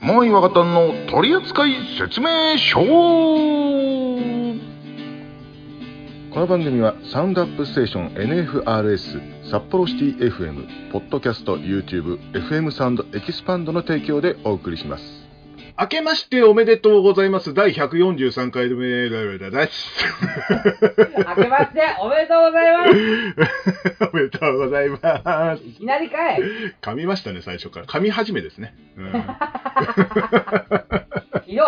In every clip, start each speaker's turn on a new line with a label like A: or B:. A: もう岩方の取扱説明書この番組はサウンドアップステーション NFRS 札幌シティ FM ポッドキャスト YouTube FM サウンドエキスパンドの提供でお送りします
B: 明けましておめでとうございます。第143回目です
C: 明けましておめでとうございま
B: おめでとうございます
C: す。いきなりかい。
B: 噛みましたね、最初から。噛み始めですね。うん、
C: ひどい。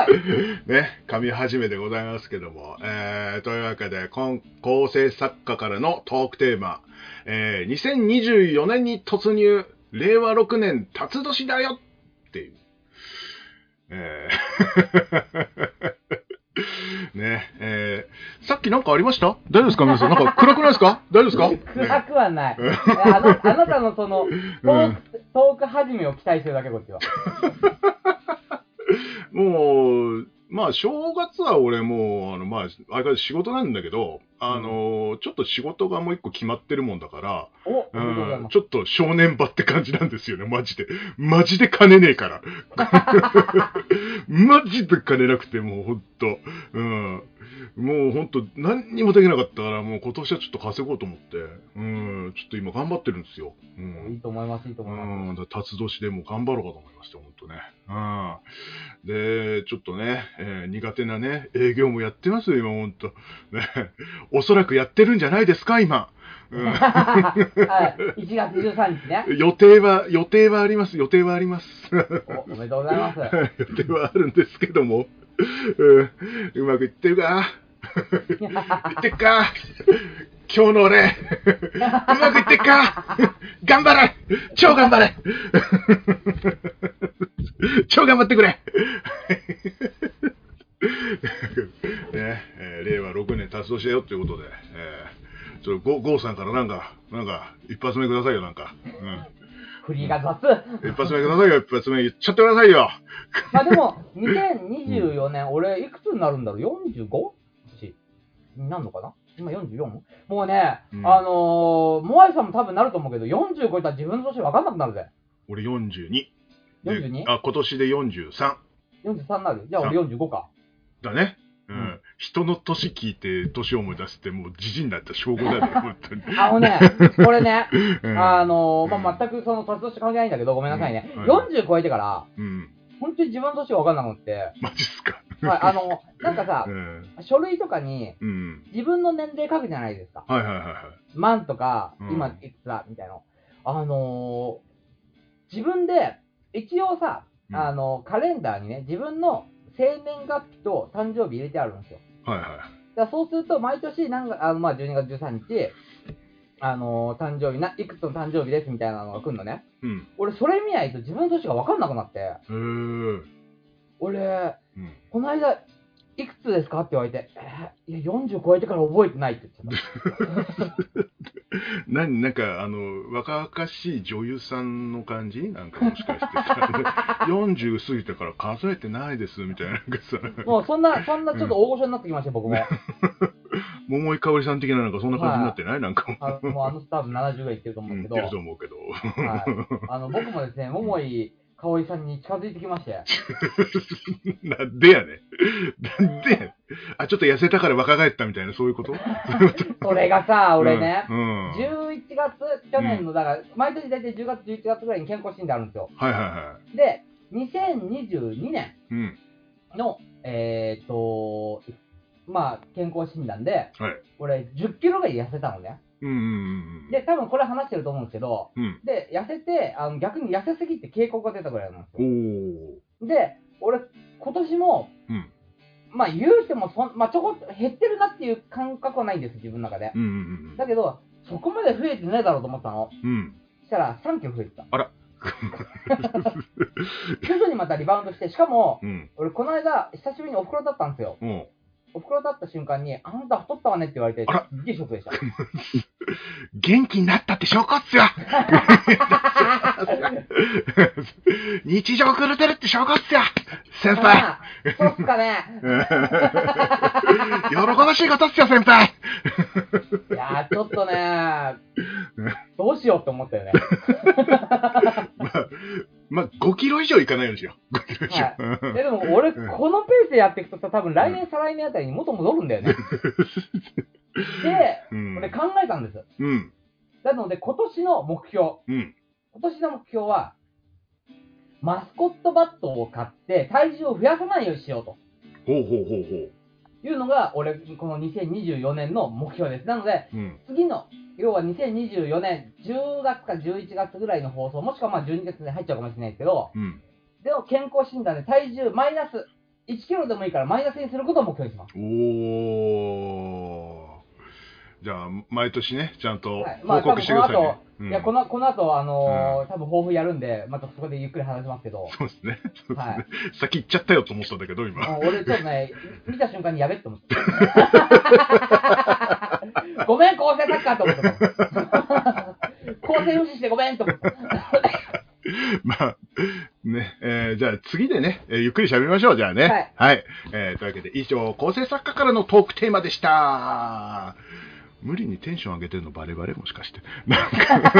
B: ね、噛み始めでございますけども。えー、というわけで、今、構成作家からのトークテーマ、えー、2024年に突入、令和6年、辰年だよっていう。えー ねえー、さっきなんかありました大丈夫ですか皆さん。なんか暗くないですか大丈夫ですか、
C: 暗
B: ね
C: くはない。あのあなたのそのト
B: う
C: ー
B: ん
C: ク、トーク始めを期待してるだけ、こっちは。
B: もう、まあ、正月は俺もう、あの、まあ、相変わらず仕事なんだけど、あの、ちょっと仕事がもう一個決まってるもんだから、
C: お、お
B: う
C: めでとうござい
B: ん
C: ま、す。
B: ちょっと正念場って感じなんですよね、マジで。マジで金ねえから。マジで金なくて、もうほんと。うん。もうほんと、何にもできなかったから、もう今年はちょっと稼ごうと思って、うん、ちょっと今頑張ってるんですよ。うん
C: い。いと思います、いいと思います。
B: うん、だから辰年でもう頑張ろうかと思いました、本当ね。うん。で、ちょっとね、えー苦手なね、営業もやってますよ、今、本当。ね、おそらくやってるんじゃないですか、今。うん、
C: はい、1月13日ね。
B: 予定は、予定はあります、予定はあります。
C: おおめでとうございます。
B: 予定はあるんですけども、うん、うまくいってるかいってっか今日の俺、うまくいってっか頑張れ超頑張れ 超頑張ってくれ ね、えー令和6年達年だよということで、えーちょっとゴゴーさんからなんか、なんか、一発目くださいよ、なんか。
C: 振りが雑。
B: うん。一発目くださいよ、一発目。言っちゃってくださいよ。
C: まあでも、2024年、俺、いくつになるんだろう ?45? 歳になるのかな今 44? もうね、
B: うん
C: あのー、モアイさんも多分なると思うけど、40超えたら自分の年分かんなくなるぜ。
B: 俺42。で
C: 42?
B: あ、今年で43。
C: 43になるじゃあ俺45か。
B: だね。うん。
C: うん
B: 人の年聞いて、年思い出すって、もうじじになった証拠だ よね、本当に。
C: あ のね、これね、
B: うん
C: あのー、まあ、全くその達して関係ないんだけど、ごめんなさいね。
B: うん
C: 40超えてから、
B: うん。
C: 本当に自分の年が分かんなくなって、
B: マジっすか。
C: はい、あの、なんかさ
B: う、ん。
C: 書類とかに
B: うん。
C: 自分の年齢書くじゃないですか。
B: はいはいはいはい。
C: 万とか、
B: うん
C: 今いくつだみたいな。あのー自分で、一応さ、
B: うん
C: あのーカレンダーにね、自分の生年月日と誕生日入れてあるんですよ。
B: はいはい。
C: だからそうすると、毎年なんか、あのまあ12月13日、あのー誕生日な、いくつの誕生日ですみたいなのが来るのね。
B: うん。
C: 俺、それ見ないと自分の年が分かんなくなって、
B: へー
C: 俺、
B: うん。
C: この間、いくつですかって言われて、えーいや、40超えてから覚えてないって言って
B: ななんか、あの、若々しい女優さんの感じなんかもしかしてさ、40過ぎて から数えてないです、みたいな、なんかさ、
C: た。もう、そんな、そんなちょっと大御所になってきました、僕も。
B: 桃井かおりさん的な、なんかそんな感じになってないなんかも
C: あのもうあの人多分70ぐらいいってると
B: う、
C: 思
B: う
C: うん
B: ん、
C: です
B: 言
C: け
B: ってる
C: ど、
B: と思うけど。
C: はい、あの僕もですね、桃井かおりさんに近づいてきまして、
B: なんでやねん。なんでやねん。あ、ちょっと痩せたから若返ったみたいな、そういうこと
C: それがさ、俺ね、
B: うん。うん
C: 11月、去年の、だから、毎年大体10月、11月ぐらいに健康診断あるんですよ。
B: はいはいは
C: で、2022年
B: い。うん。
C: の、えーっと、まあ、健康診断で、
B: はい
C: 俺、10キロぐらい痩せたのね。
B: うんうんうん。
C: で、多分これ話してると思うんですけど、
B: うん。
C: で、痩せて、あの逆に痩せすぎて警告が出たぐらいなんですよ
B: お。お。
C: で、俺、今年も、
B: うん
C: まあ言うてもそん、まあ、ちょこっと減ってるなっていう感覚はないんです、自分の中で。
B: うんうん
C: だけど、そこまで増えてないだろうと思ったの。
B: うん。うん。
C: したら、3キロ増えてた。
B: あら
C: 徐々にまたリバウンドして、しかも、
B: うん。
C: 俺、この間、久しぶりにお袋だったんですよ。
B: おう
C: お袋だった瞬間に、あんた太ったわねって言われて、
B: あら
C: すっげえショックでした。
B: 元気になったって証拠っすよ 日常狂ってるって証拠っすよ先輩
C: あーそうっすかね。
B: 喜ばしいことっすよ先輩
C: いやー、ちょっと ねー、どうしようって思ったよね。
B: まあ、5キロ以上いかないようにしよう。5キロ以上。
C: はい
B: うん
C: えでも俺、
B: うん
C: このペースでやっていくとさ、多分来年、再来年あたりに元戻るんだよね。で、
B: うん
C: 俺考えたんです。
B: うん。
C: なので、今年の目標。
B: うん。
C: 今年の目標は、マスコットバットを買って体重を増やさないようにしようと
B: ほうほうほうほ
C: いうのが、俺、この2024年の目標です。なので、
B: う。うん。
C: 次の、要は2024年10月か11月ぐらいの放送、もしくはまあ12月に入っちゃうかもしれないですけど、
B: うん。
C: でも健康診断で体重マイナス、1キロでもいいからマイナスにすることを目標にします。
B: おー。じゃあ、毎年ね、ちゃんと
C: はいまあ
B: 報告してください
C: 多分この
B: ね
C: 後。
B: うん
C: いや、この、この後、あのー多分抱負やるんで、またそこでゆっくり話しますけど、
B: そうですね。 そうです
C: はい
B: ね。先行っちゃったよと思ったんだけど、今。
C: もう俺ちょっとね、見た瞬間にやべって思って。ごめん、 構成サッカーと思ってた。構成無視してごめんと思って。
B: まあ、ね、えーじゃあ次でね、えーゆっくり喋りましょう、じゃあね。
C: はい。
B: えーというわけで、以上、構成作家からのトークテーマでした。無理にテンション上げてるのバレバレもしかして。なんか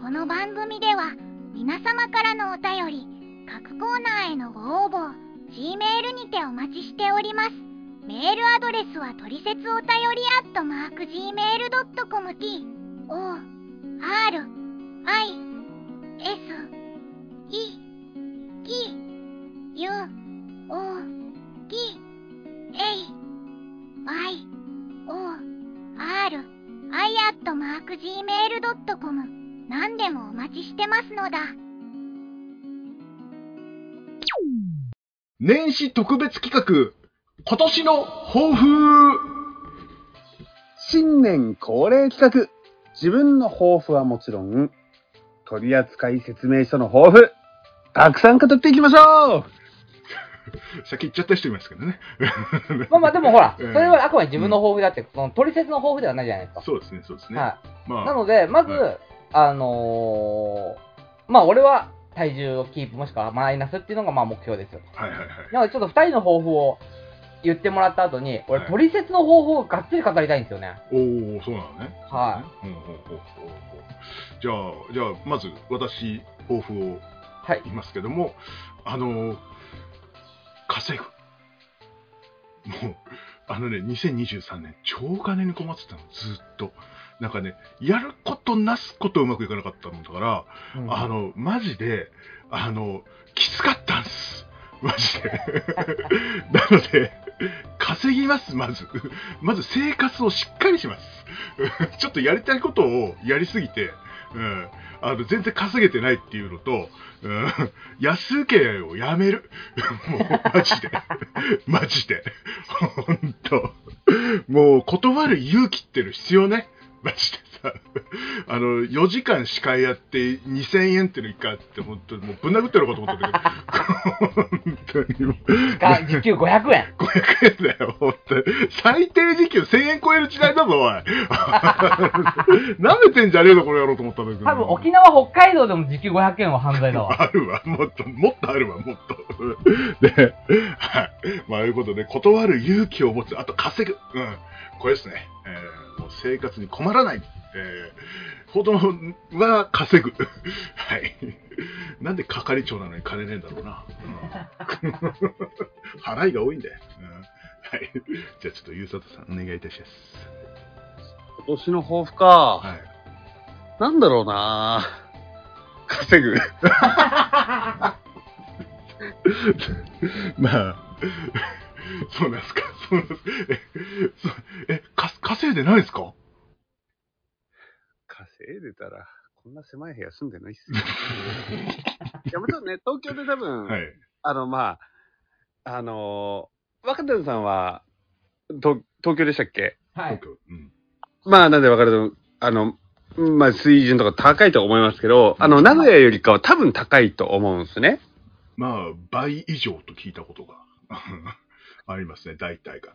D: この番組では皆様からのお便り各コーナーへのご応募を G メールにてお待ちしておりますメールアドレスはトリセツお便りアットマーク Gmail.com t o r i s e t u o t a y o r i アットマーク Gmail.com 何でもお待ちしてますのだ。
B: 年始特別企画、今年の抱負
E: 新年恒例企画。自分の抱負はもちろん、取扱説明書の抱負、たくさん語っていきましょう
B: 先行っちゃった人いますけどね。
C: まあまあ、でもほら、そ
B: うん
C: れはあくまで自分の抱負だって、その取説の抱負ではないじゃないですか。
B: そうですね、そうですね。
C: はい。
B: まあ、
C: なので、まず、
B: は
C: あのーまあ俺は体重をキープもしくはマイナスっていうのがまあ目標ですよ。
B: はいはいはい。
C: なのでちょっと2人の抱負を言ってもらった後に、俺、
B: はい
C: 取説の方法をがっつり語りたいんですよね。
B: おー、そうなのね。。
C: はい
B: ほうほうほうほうほうじゃあ、じゃあ、まず私、抱負を
C: はい
B: 言。いますけども、あのー稼ぐ。もう、あのね、2023年、超お金に困ってたの、ずっと。なんかね、やることなすことうまくいかなかったもんだから、
C: うん
B: あの、マジで、あの、きつかったんです。マジで。 なので、稼ぎます、まず。まず生活をしっかりします。 ちょっとやりたいことをやりすぎて、うん、あの全然稼げてないっていうのと、うん、安請け合いをやめる。 もう、マジで。 マジで。ほんと。もう、断る勇気っての必要ね。マジでさ。あの、4時間司会やって2000円っての一回あって、本当にもうぶん殴ってやろうかと思ったんだけど、本当にもう
C: が時給500円。
B: 500円だよ、本当に。最低時給1000円超える時代だぞ、 おい。舐めてんじゃねえぞ、これやろうと思ったんだけど。
C: 多分沖縄、北海道でも時給500円は犯罪だわ。
B: あるわ、もっと、もっとあるわ、もっと。で、はい。まあ、いうことで、断る勇気を持つ、あと稼ぐ。うん。これですね。えーもう生活に困らない。えー、ほどは稼ぐ。はい。なんで係長なのに金ねえんだろうな。うん、払いが多いんだよ。うん、はい。じゃあ、ちょっと、ゆうさとさん、お願いいたします。
E: 今年の抱負か。
B: はい。
E: なんだろうな稼ぐ。
B: まあ、そうなんですか。そうなんですえ、そうえか稼いでないですか
E: 稼いでたら、こんな狭い部屋住んでない っすよ。いや、もちろんね、東京で多分、
B: はい。
E: あの、まあ、あの若田さんは、東東京でしたっけ
C: はい。
B: うん。
E: まあ、なんで分かると、あの、まあ、水準とか高いと思いますけど、あの、名古屋よりかは多分高いと思うんですね。
B: まあ、倍以上と聞いたことが ありますね、大体が。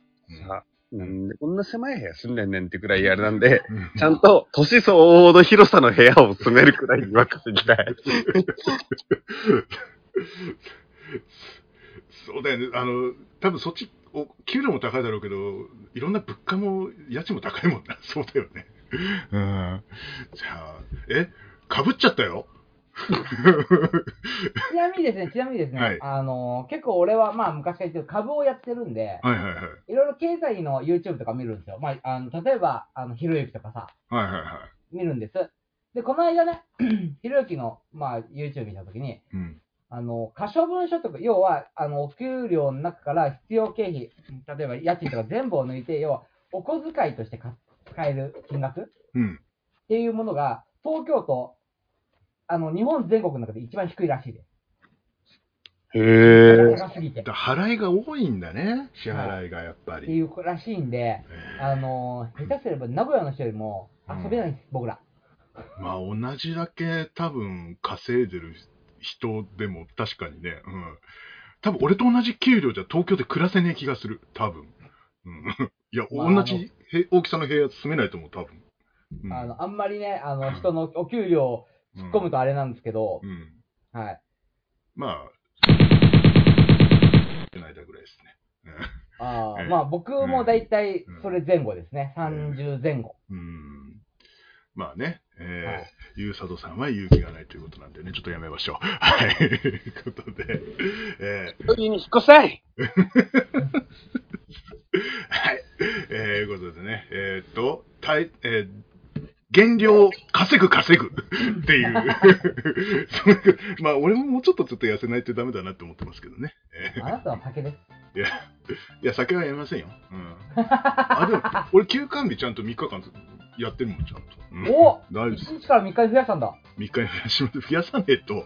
E: さあ、なんでこんな狭い部屋住んでんねんってくらいあれなんで、
B: うん
E: ちゃんと年相応の広さの部屋を住めるくらいには稼ぎたい。
B: そうだよね。あの、多分そっち、お給料も高いだろうけど、いろんな物価も家賃も高いもんな。そうだよね。 うん。じゃあ、え、かぶっちゃったよ。
C: ちなみにですね、ちなみにですね、
B: はい
C: あのー結構俺はまあ昔から言ってる株をやってるんで、
B: はいはいはい。
C: いろいろ経済の YouTube とか見るんですよ。まあ、あの例えば、あのひろゆきとかさ、
B: はいはいはい。
C: 見るんです。で、この間ね、 ひろゆきの、まあ、YouTube 見たときに、
B: うん。
C: あの、可処分所得、要は、あの、お給料の中から必要経費、例えば家賃とか全部を抜いて、要は、お小遣いとしてか使える金額っ
B: うん。
C: ていうものが、東京都、あの、日本全国の中で一番低いらしいです。
E: へ
C: 高
E: え。
C: すぎて。っ
B: だ払いが多いんだね。支払いがやっぱ
C: て
B: り。
C: いうらしいんで、あの、下手すれば名古屋の人よりも遊べないんです、僕ら。
B: まあ同じだけ多分稼いでる人でも確かにね。うん。多分俺と同じ給料じゃ東京で暮らせねえ気がする。多分。うん。いや、
C: まあ
B: 同じへ大きさの部屋住めないと思う、多分。うん
C: あの、あんまりね、あの、人のお給料を突っ込むとあれなんですけど
B: う、ん。
C: はい。
B: まあ、ってないだぐらいですね。
C: あ
B: ええ
C: ーまあ僕も大体それ前後ですね。
B: ん
C: 30前後。
B: うん。まあね、えー
C: はい
B: ゆうさとさんは勇気がないということなんでね、ちょっとやめましょう。はい。 ということで、え
E: 一人に引っ越したい
B: ーはい。えー、いうことでね、えーっと、たい、えー減量、稼ぐ、稼ぐっていう。 そういうまあ、俺ももうちょっとちょっと痩せないとダメだなって思ってますけどね。
C: あなたは 酒です。
B: いや、いや、酒はやめませんよ。うん。あ、でも、俺、休館日ちゃんと3日間やってるもん、ちゃんと。うん
C: お
B: 大丈夫です
C: !1 日から3日増やしたんだ。
B: 3日に増やし増やさねえと、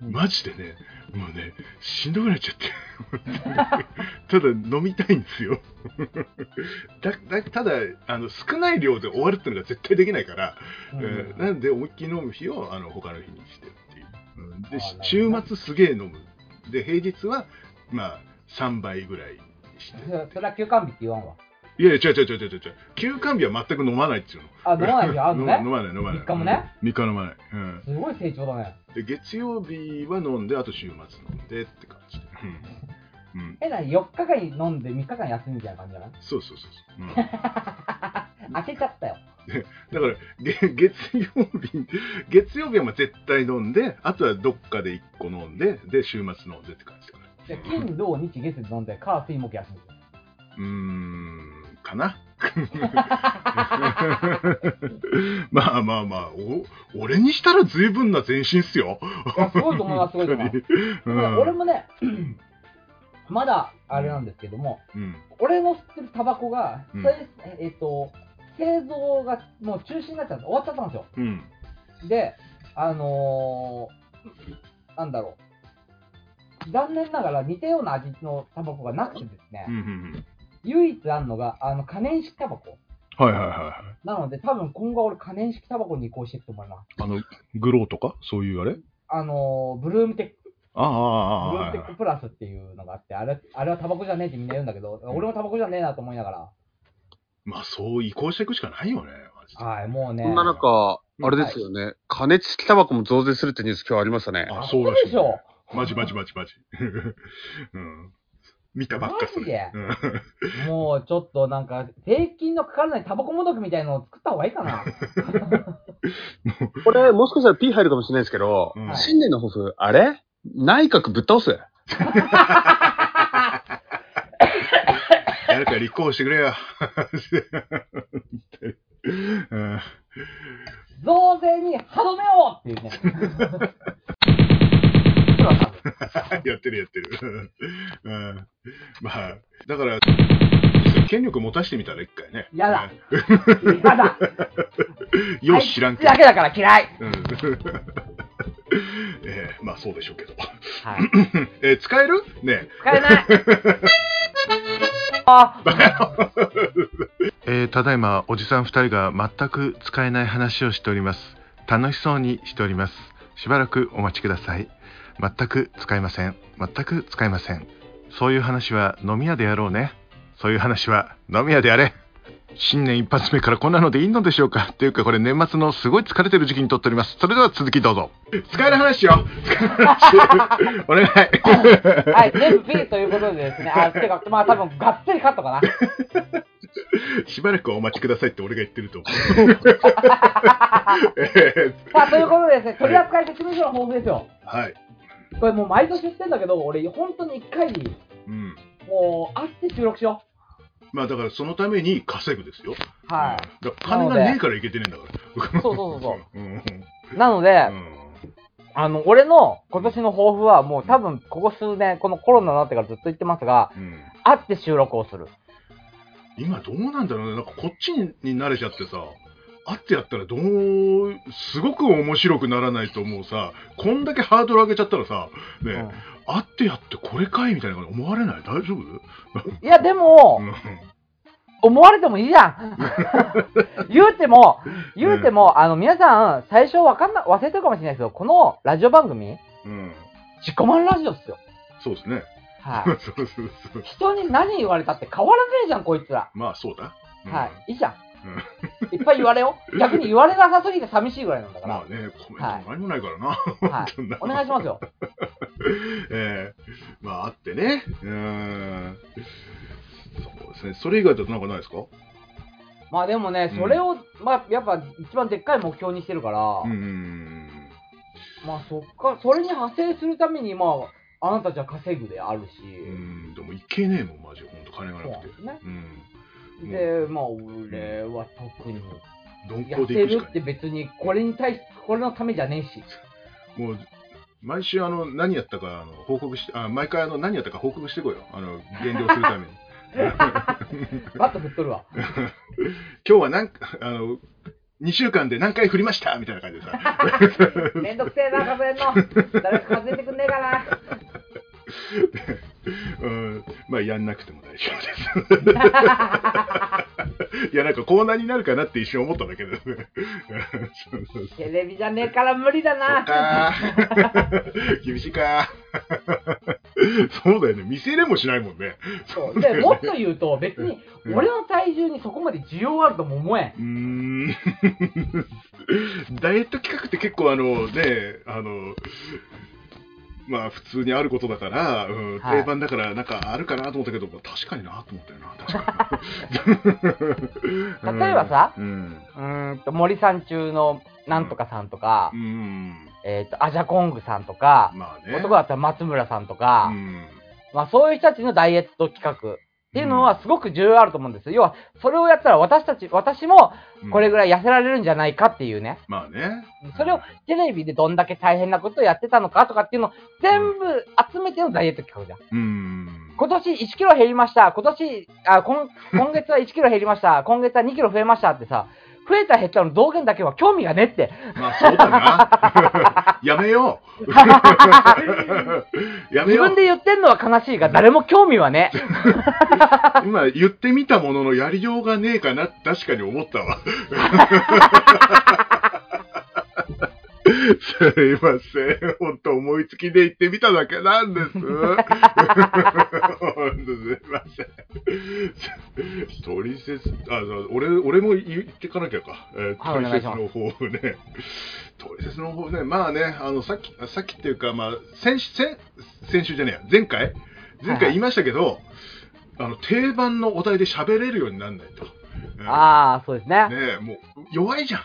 B: マジでね、もうね、しんどくなっちゃって、た だ飲みたいんですよ。 だだただあの、少ない量で終わるっていうのが絶対できないから、
C: うん
B: うんなんで思いっきり飲む日をあの他の日にしてるっていう。うん
C: あー
B: で、し
C: なる
B: 週
C: ほど
B: 末すげえ飲む。で、平日は、まあ、3倍ぐらいして。
C: それは休館日って言わんわ。
B: いやいや、違う違う違う違う違う。休館日は全く飲まないっていうの。
C: あ、飲まない日ある の
B: 飲
C: ね。
B: まない飲まない。
C: 三日もね。
B: 3日飲まない。うん。
C: すごい成長だね。
B: で月曜日は飲んであと週末飲んでって感じで、うんうん、
C: え、なに ?4 日間飲んで3日間休みみたいな感じじゃない
B: そうそうそうそう、うん、 だか
C: 当てちゃったよ。
B: らげ月曜日月曜日はまあ絶対飲んであとはどっかで1個飲んでで週末飲んでって感じだから
C: で金、土、日、月で飲んで、火、水、木休 み。
B: うーんかな まあまあまあお俺にしたら随分な前進っすよ、
C: いや、すごいと思います、すごいと思います。
B: う
C: で
B: ん、
C: 俺もね、 まだあれなんですけども、
B: うん
C: 俺の吸ってるタバコが、
B: うん
C: それええっと、製造がもう中止になっちゃった終わっちゃったんですよ。
B: うん
C: で、あのー、なんだろう。残念ながら似たような味のタバコがなくてですね、
B: うんうん
C: 唯一あんのが、あの、可燃式タバコ。
B: うんはいはいはいはい
C: なので、多分今後は俺可燃式タバコに移行していくと思います。
B: あのグローとかそういうあれ
C: あのー、ブルームテック
B: あああ
C: ブ
B: あ
C: ル
B: ああ
C: ー
B: あ
C: テックプラスっていうのがあって、あれあれはタバコじゃねえってみんな言うんだけど、俺もタバコじゃねえなと思いながら、
B: まあそう移行していくしかないよね、マジで。
C: はい、もうね、
E: そんな中、あれですよね。加熱式タバコも増税するってニュース今日ありましたね。
B: あ
C: あ
B: そうらしい
C: でしょ。
B: マジマジマジマジ。 うん、見たばっかそ
C: マジで
B: れ。うん
C: もうちょっとなんか、税金のかからないタバコもどくみたいのを作った方がいいか な。
E: これ、もしかしたら P 入るかもしれないですけど、
B: うん
C: はい
E: 新年の抱負、あれ内閣ぶっ倒す
B: 誰か立候補してくれよ。 うん
C: 増税に歯止めをっていうね。
B: やってるやってる。うんまあ、だから、権力持たしてみたら一回ね。
C: やだ。やだ。
B: よし、知らんけ
C: あいつだけだから嫌い。
B: ど。うん えーまあそうでしょうけど。
C: はい、
B: えー使えるね
C: 使 えない。あ、
A: えーただいまおじさん2人が全く使えない話をしております楽しそうにしておりますしばらくお待ちください全く使いません全く使いませんそういう話は飲み屋でやろうねそういう話は飲み屋でやれ新年一発目からこんなのでいいのでしょうかっていうかこれ年末のすごい疲れてる時期に撮っておりますそれでは続きどうぞ
B: 使える 話よ。使える話。お願い。
C: はい、全部 P ということでですね、あ、てか、まあ多分がっつりカットかな。
B: しばらくお待ちくださいって俺が言ってると思う。
C: さあ、ということでですね、取扱説明書の抱負ですよ。
B: はい。
C: これもう毎年言ってんだけど、俺、本当に一回、
B: うん。
C: もう、会って収録しよ
B: まあだからそのために稼ぐですよ。
C: う。は
B: だから金がねえからいけてねえんだから。。
C: そうそうそうそう
B: うん。
C: い。 なので、あの、俺の今年の抱負は、もう多分、ここ数年、このコロナになってからずっと言ってますが、
B: うん。うん
C: 会って収録をする。
B: 今どうなんだろうね。なんかこっちに慣れちゃってさ。あってやったらどう、すごく面白くならないと思うさ、こんだけハードル上げちゃったらさ、ね、
C: うん
B: あってやってこれかいみたいなの思われない大丈夫
C: いや、でも、
B: うん
C: 思われてもいいじゃ ん言うても、言うても、あの、皆さん、最初わかんな、忘れてるかもしれないですけど、このラジオ番組、
B: うん。
C: 自己満ラジオっすよ。
B: そうですね。
C: は
B: そ
C: い。
B: うそう そう。
C: 人に何言われたって変わらねえじゃん、こいつら。
B: まあそうだ。うん
C: はい。いいじゃん。いっぱい言われよ。逆に言われなさすぎて寂しいぐらいなんだから。
B: まあ
C: は
B: ね、コメント何もない からな。
C: い。お願いしますよ。
B: ええまああってね。うーん。そうですね。それ以外だとなんかないですか
C: まあでもね、それを、まあ、やっぱ一番でっかい目標にしてるから、
B: うーん。
C: まあそっか、それに派生するために、まあ、あなたたちは稼ぐであるし、
B: うーん。でもいけねえもん、マジで。ほんと金が
C: そう
B: な
C: な
B: く
C: んで
B: て。
C: すね。
B: うん。
C: で、まあ、俺は特に、
B: 鈍
C: やっ
B: 行
C: て
B: で行くし
C: る
B: か
C: っ
B: ね
C: て別に、これに対して、これのためじゃねえ し。
B: え。もう、毎週あの、何やったか、あの報告して、あ毎回あの、何やったか報告してこいよ。あの、減量するため に。
C: バッと振っとるわ。
B: 今日はなんか、あの、2週間で何回振りましたみたいな感じでさ。
C: めんどくせえな、数えんの。誰か数えてくんねえかな。
B: うん、まあやんなくても大丈夫 です。いやなんかコーナーになるかなって一瞬思っただけですね。 そうそう
C: テレビじゃねえから無理だ
B: そう
C: な。
B: かー 厳しいかー そうだよね見せれもしないもんね
C: そうで、もっと言うと、別に、俺の体重にそこまで需要があるとも思えん。
B: うーん ダイエット企画って結構あのねあのまあ普通にあることだから、うん
C: はい
B: 定番だからなんかあるかなと思ったけど確かになと思ったよな確かに
C: 例えばさ
B: うん
C: うーんと、森さん中のなんとかさんとか
B: う、ん
C: えっと、アジャコングさんとか、
B: まあね
C: 男だったら松村さんとか、
B: うん
C: まあ、そういう人たちのダイエット企画っていうのはすごく重要あると思うんですよ。要は、それをやったら私たち、私も
B: うん
C: これぐらい痩せられるんじゃないかっていうね。
B: まあね
C: それをテレビでどんだけ大変なことをやってたのかとかっていうのを全部集めてのダイエット企画じゃん。
B: うん
C: 今年1キロ減りました。今年、あ、今、今月は1キロ減りました。今月は2キロ増えましたってさ、増えた減ったの道元だけは興味がねって。
B: まあそうだな やめようやめ
C: 自
B: よう
C: 分で言ってんのは悲しいが、誰も興味はね。
B: 今言ってみたもののやりようがねえかなって確かに思った わすいません本当思いつきで言ってみただけなんです本当すいません取説あそう俺俺も言ってかなきゃか、えー、
C: はい
B: 取
C: お願いし
B: 説
C: ます
B: の方をね取説の方ねまあねあのさっきさっきっていうかまあ先週先先週じゃねえや前回前回言いましたけど、あの定番のお題で喋れるようになんないと。うん
C: ああ、そうですね。
B: ねえ、もう弱いじゃん。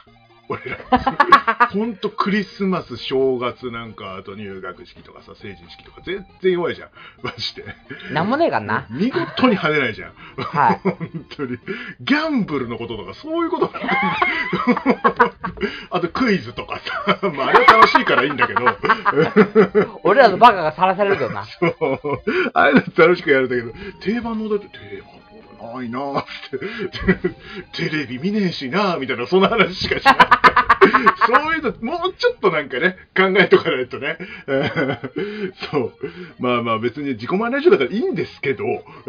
B: 俺ら。 ほんとクリスマス、正月なんか、あと入学式とかさ、成人式とか、全然弱いじゃん。マジで。
C: なんもねえからな。
B: 見事に跳ねないじゃん。
C: はい。
B: 本当に。ギャンブルのこととか、そういうことだよ あとクイズとかさ、まあ、あれは楽しいからいいんだけど。
C: 俺らのバカがさらされるけ どな。
B: そうあれだって楽しくやるんだけど、定番のだって、定番のないなぁって、テレビ見ねえしなぁみたいな、そんな話しかし ない。そういうの、もうちょっとなんかね、考えとかないとね。 うんそう。まあまあ別に自己満ラジオだからいいんですけど、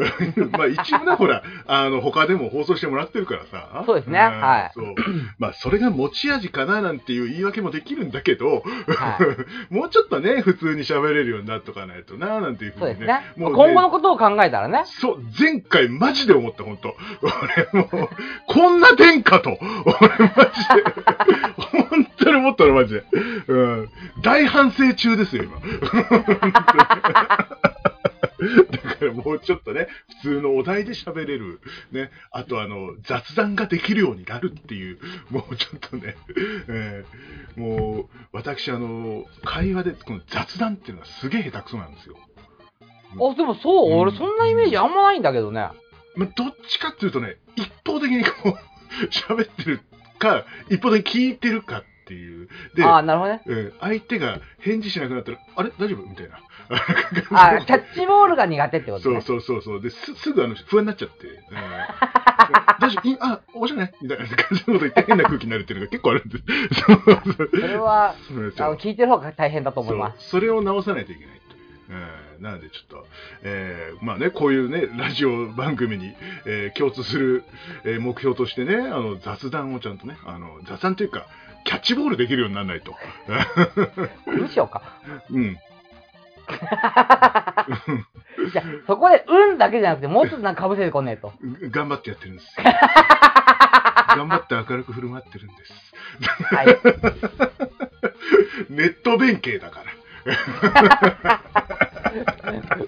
B: まあ一部ね、ほら、あの、他でも放送してもらってるからさ。
C: そうですね
B: ん
C: はい
B: そう。まあそれが持ち味かななんていう言い訳もできるんだけど、
C: はい。
B: もうちょっとね、普通に喋れるようになっとかないとな、なんていうふ
C: そう
B: う
C: で
B: に
C: す
B: ね。
C: ね。
B: もうね
C: 今後のことを考えたらね。
B: そう、前回マジで思思って、本当俺もう、こんな天下と、俺マジで、本当に思ったの、マジで。うん。大反省中ですよ、今。だからもうちょっとね、普通のお題で喋れる、ね、あとあの、雑談ができるようになるっていう、もうちょっとね、えーもう、私、あの、会話で、この雑談っていうのがすげえ下手くそなんですよ。
C: あ、でもそう、
B: うん
C: 俺そんなイメージあんまないんだけどね。
B: まあ、どっちかっていうとね、一方的にこう、 喋ってるか、一方的に聞いてるかっていう。で、
C: ああ、なるほどね。
B: うん相手が返事しなくなったら、あれ大丈夫みたいな。
C: あーキャッチボールが苦手ってこと
B: そう
C: ね。
B: そうそうそう。で、すすぐあの不安になっちゃって、うん大丈夫いあ、面白いねみたいな感じのこと言って変な空気になるっていうのが結構あるんです。そうそう
C: それは、
B: そうなんです
C: あ
B: よ
C: の聞いてる方が大変だと思います。
B: そうそれを直さないといけないという。うん、なのでちょっと、えーまあね、こういうね、ラジオ番組に、えー共通する、えー目標としてね、あの、雑談をちゃんとね、あの、雑談というか、キャッチボールできるようにならないと。
C: うんしようか。
B: うん。
C: じゃあそこで、うんだけじゃなくて、もうちょっとなんか被せてこねえと。
B: う頑張ってやってるん ですよ。頑張って明るく振る舞ってるんです。
C: はい。
B: ネット弁慶だから。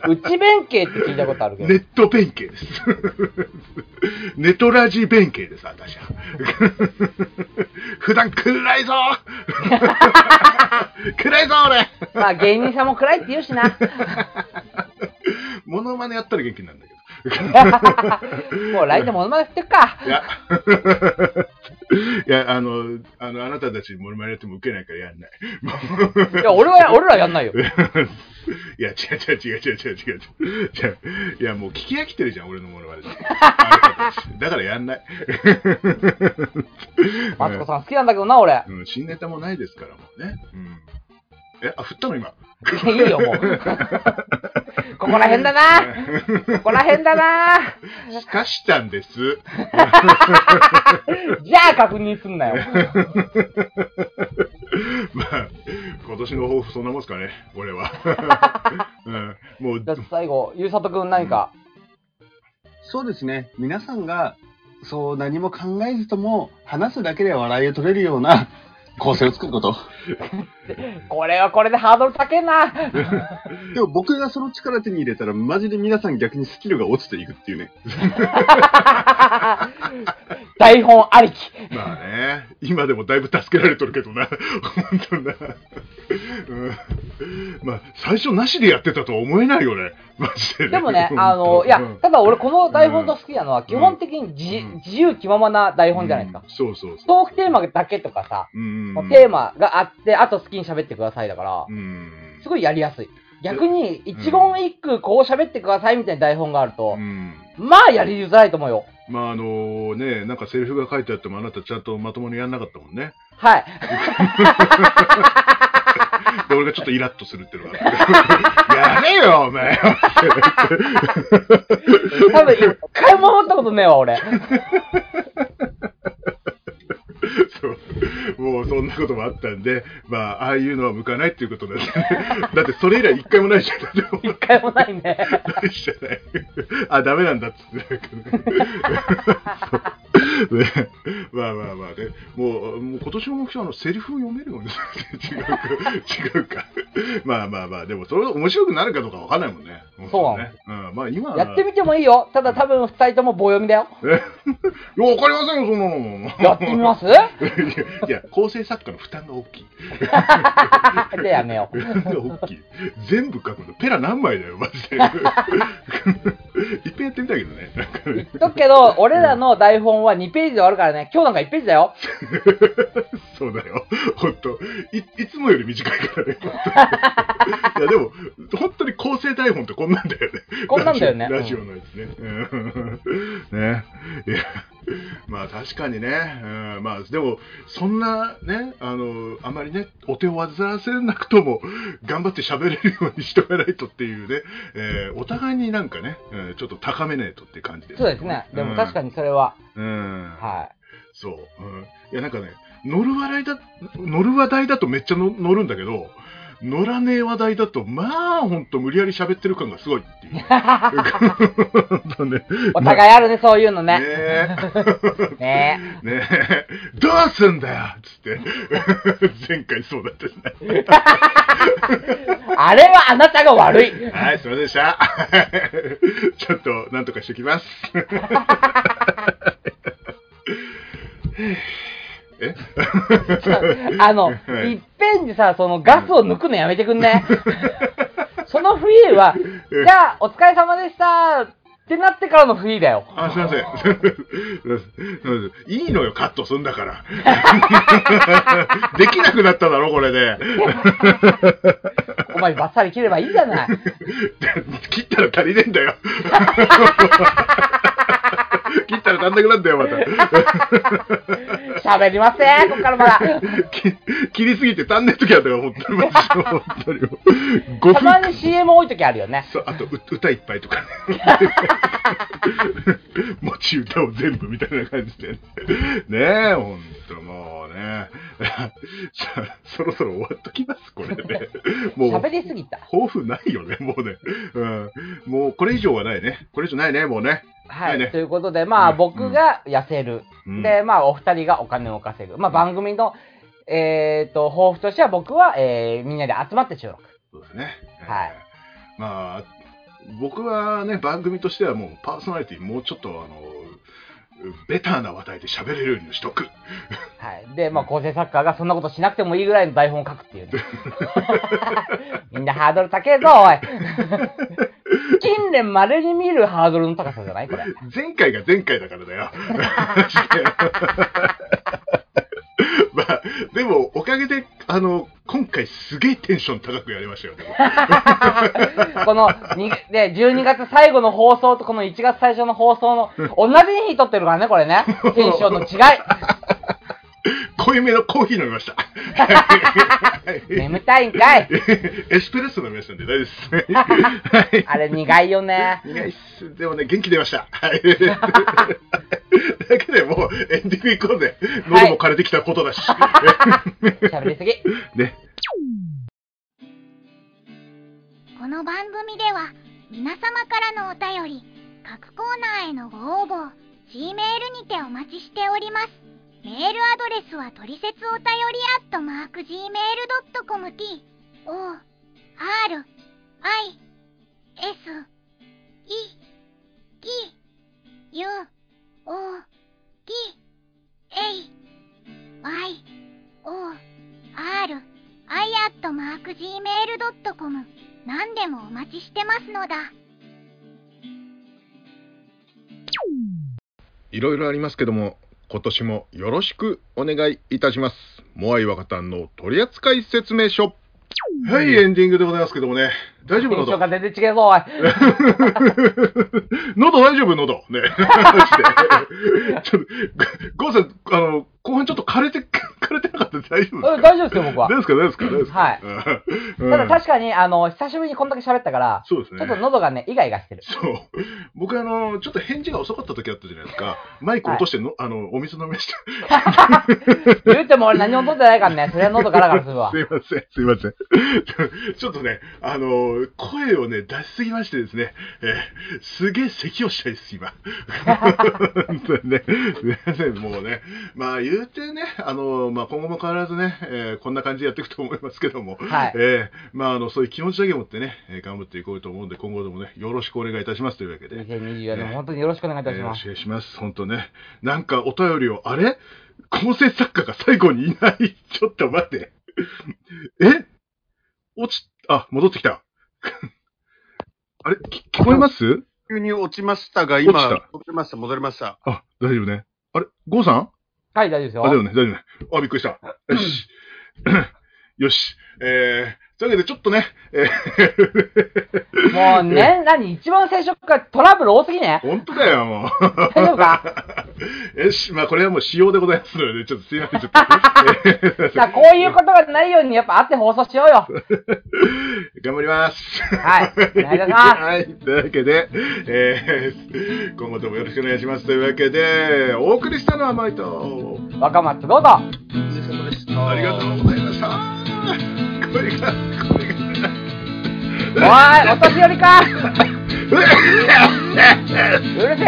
C: 内弁慶って聞いたことあるけ
B: ネッ
C: ど。
B: ト弁慶です。 ネトラジ弁慶です、私は。 普段暗いぞ 暗いぞ、俺
C: まあ、芸人さんも暗いって言う しな。
B: モノマネやったら元気になるんだけど。
C: もう来年ものまねしてっか。
B: いや、 いや、あの、あの、あなたたちにモノマネやっても受けないからやんない。 もう
C: いや、俺 は、俺らやんないよ。
B: いや、違う違う違う違う違う違う違う。いや、もう聞き飽きてるじゃん、俺のモノマネ。あなたたちだからやんない。
C: マツコさん好きなんだけどな、 俺。
B: うん、新ネタもないですからもうね。うん。え、あ、振ったの今。
C: いやいいよ、 もう。ここら辺だな。ここら辺だな。
B: すかしたんです。
C: じゃあ確認すんなよ。
B: まあ、今年の抱負そんなもんすかね、俺は。 うん、もう
C: じゃあ、最後、ゆうさとくん何か。
E: そうですね。皆さんが、そう何も考えずとも、話すだけで笑いを取れるような 構成を作ること。
C: これはこれでハードル高 えな。
E: でも僕がその力手に入れたら、マジで皆さん逆にスキルが落ちていくっていうね。
C: 台本ありき。
B: まあね、今でもだいぶ助けられとるけどな、本当な。うん、まあ、最初なしでやってたとは思えないよね、マジで、
C: でもね、あの、いや
B: うん、
C: ただ俺この台本と好きなのは、基本的に自
B: うん
C: 自由気ままな台本じゃないですか
B: う。んそうそうそう。
C: トークテーマだけとかさ、
B: うん
C: もうテーマがあって、あと好きに喋ってくださいだから、
B: うん
C: すごいやりやすい。逆に、一言一句こう喋ってくださいみたいな台本があると
B: う、ん
C: まあやりづらいと思うよ。
B: まああのね、なんかセリフが書いてあってもあなたちゃんとまともにやんなかったもんね。
C: はい。
B: で、俺がちょっとイラッとするっていうのがあって。やれよ、お前
C: 多分、一回も思ったことねえわ、俺。
B: そう。もうそんなこともあったんで、まあ、ああいうのは向かないっていうことなんで、だってそれ以来一回もないじゃん。だってもう
C: 一回もないね。
B: ないじゃない。あ、ダメなんだっつってなんかね。そうねまあまあまあね。もう、もう今年の目標はあのセリフを読めるようにする違うか。違うか。まあまあまあ、でもそれ面白くなるかどうかわかんないもんね。
C: そう
B: ね。うん、まあ今は
C: やってみてもいいよ。ただ多分、二人とも棒読み だよ。
B: えいや、わかりませんよ、そんなの。
C: やってみます
B: いや いや、構成作家の負担が大きい。
C: で、やめよう。
B: 負担が大きい。全部書くの、ペラ何枚だよ、マジで。 いっぺんやってみたけどね。なんかね
C: だけど、俺らの台本は2ページで終わるからね。今日なんか1ページだよ。
B: そうだよ。本当い、いつもより短いからね。ほんといや、でも、本当に構成台本ってこんなんだよね。
C: こんなんだよね。
B: ラジオラジオのやつね。うんね。いや、まあ確かにね。うん、まあ、でも、そんなね、あの、あまりね、お手を煩わせなくとも、頑張って喋れるようにしとかないとっていうね、えーお互いになんかね、うんちょっと高めないとっていう感じです、
C: そうですね。でも確か
B: に。
C: にそれは、
B: うん。
C: は
B: そう。うん、いや、なんかね、乗る話題だ、乗る話題だとめっちゃの乗るんだけど、乗らねえ話題だと、まあ、ほんと無理やり喋ってる感がすごいっていう。本当ね。
C: お互いあるね、そういうの
B: ね
C: ね。
B: え。
C: ね
B: ねえ、どうすんだよっつって、前回そうだったしね。
C: あれはあなたが悪い。
B: はい、すいませんでした。ちょっと、なんとかしてき ます。え
C: あの、
B: はい
C: いっぺんにさ、そのガスを抜くのやめてく んね。そのフリーは、じゃあ、お疲れ様でしたってなってからのフリーだよ。
B: あ、すいません。いいのよ、カットすんだから。できなくなっただろ、これで。
C: ここまでバッサリ切ればいいじゃない。
B: 切ったら足りねえんだよ。切ったら足んなくなったよ、また。
C: 喋りませ ん、ここからまだ。
B: き切りすぎて足んない時あったよ、本当に。マジで本当に。5
C: たま
B: 分。
C: に CM 多い時あるよね。
B: そうあとう歌いっぱいとかね 持ち歌を全部みたいな感じでねえほんともうねさそろそろ終わっときますこれでもう
C: 喋りすぎた。
B: 抱負ないよねもうね、うん、もうこれ以上はないねこれ以上ないねもうね
C: は
B: ない
C: い、
B: ね
C: ということで、まあ、
B: うん
C: 僕が痩せる、
B: うん
C: で、まあ、お二人がお金を稼ぐ、まあ、番組の、えー、と抱負としては、僕は、えーみんなで集まって収録、
B: そうだね。
C: はい
B: えー。まあ、僕はね、番組としてはもうパーソナリティもうちょっとあの、ベターな話題で喋れるようにしとく。
C: はい、で、まあ、構成作家がそんなことしなくてもいいぐらいの台本を書くっていう、ね、みんなハードル高えぞ、おい、近年まれに見るハードルの高さじゃない、これ、
B: 前回が前回だからだよ。 マジでまあ、でも、おかげで、あの、今回すげえテンション高くやりましたよ、でも。
C: このにで12月最後の放送と、この1月最初の放送の、同じ日に撮ってるからね、これね、テンションの違い。
B: 濃いめのコーヒー飲みました。
C: 眠たいんかい
B: エスプレッソ飲みましたんで大丈夫です。
C: あれ苦いよね。
B: 苦いっす。でもね、元気出ました。はい。だけでもうエンディング行こうぜ。
C: はい
B: 喉も枯れてきたことだし。
C: 喋りすぎ。
B: ね。
D: この番組では皆様からのお便り各コーナーへのご応募を G メールにてお待ちしておりますメールアドレスはトリセツお便りアットマーク Gmail.com t o r i s e g u o t a y o r i アットマーク Gmail.com 何でもお待ちしてますのだ。
B: いろいろありますけども、今年もよろしくお願いいたします。モアイ若旦の取扱説明書。はい、エンディングでございますけどもね。大丈夫
C: 印象
B: 喉
C: が全然違うぞ、おい。
B: 喉大丈夫喉。ね。 マジでちょっと、ゴーさん、あの、後半ちょっと枯れて、 枯れてなかったんで大丈夫ですか
C: うん大丈夫ですよ、僕は
B: 大丈夫。ですか大丈夫ですか大丈夫ですか
C: はい
B: い
C: ただ確かに、あの、久しぶりにこんだけ喋ったから、
B: そうですね。
C: ちょっと喉がね、イガイガしてる。
B: そう。僕、あの、ちょっと返事が遅かった時あったじゃないですか。マイク落としての、あの、お水飲みました。
C: 言うても俺何も取ってないからね、それは喉ガラガラす るわ
B: す。いません、すいません。 ちょっとね、あの、声をね、出しすぎましてですね、えーすげえ咳をしたいです、 今。本当にね、すいません、もうね、まあ言うてね、あの、まあ今後も変わらずね、えーこんな感じでやっていくと思いますけども、
C: はい
B: えーまああの、そういう気持ちだけ持ってね、えー頑張っていこうと思うんで、今後ともね、よろしくお願いいたしますというわけで。
C: 2024年も本当によろしくお願いいたし
B: よろ
C: ま
B: し
C: す。
B: くお願いします。本当ね。なんかお便りを、あれ構成作家が最後にいない。 ちょっと待って。え落ち、あ、戻ってきた。 あれき聞こえます
E: 急に落ちましたが、
B: 落ち
E: 今
B: た、
E: 戻りました、戻りました。
B: あ、大丈夫ね。あれゴーさん
C: はい、大丈夫です
B: あ、だよ
C: よ。
B: ね、だよね。あ、びっくり した。よし。 よし。えー、というわけでちょっとね、えー、
C: もうね、何、一番最初からトラブル多すぎね。
B: 本当だよ、もう。
C: 大丈夫 か
B: よし、まあこれはもう仕様でございますので、ちょっとすいません、ちょっと。えー
C: さあ、こういうことがないように、やっぱあって放送しようよ。
B: 頑張ります。
C: はい。お願いします。
B: はい、というわけで、えー今後ともよろしくお願いしますというわけで、お送りしたのはマイト。
C: 若松剛と。
E: お疲れ様でした
B: ありがとうございました。 これがこれが
C: おいお年寄りかうるせえ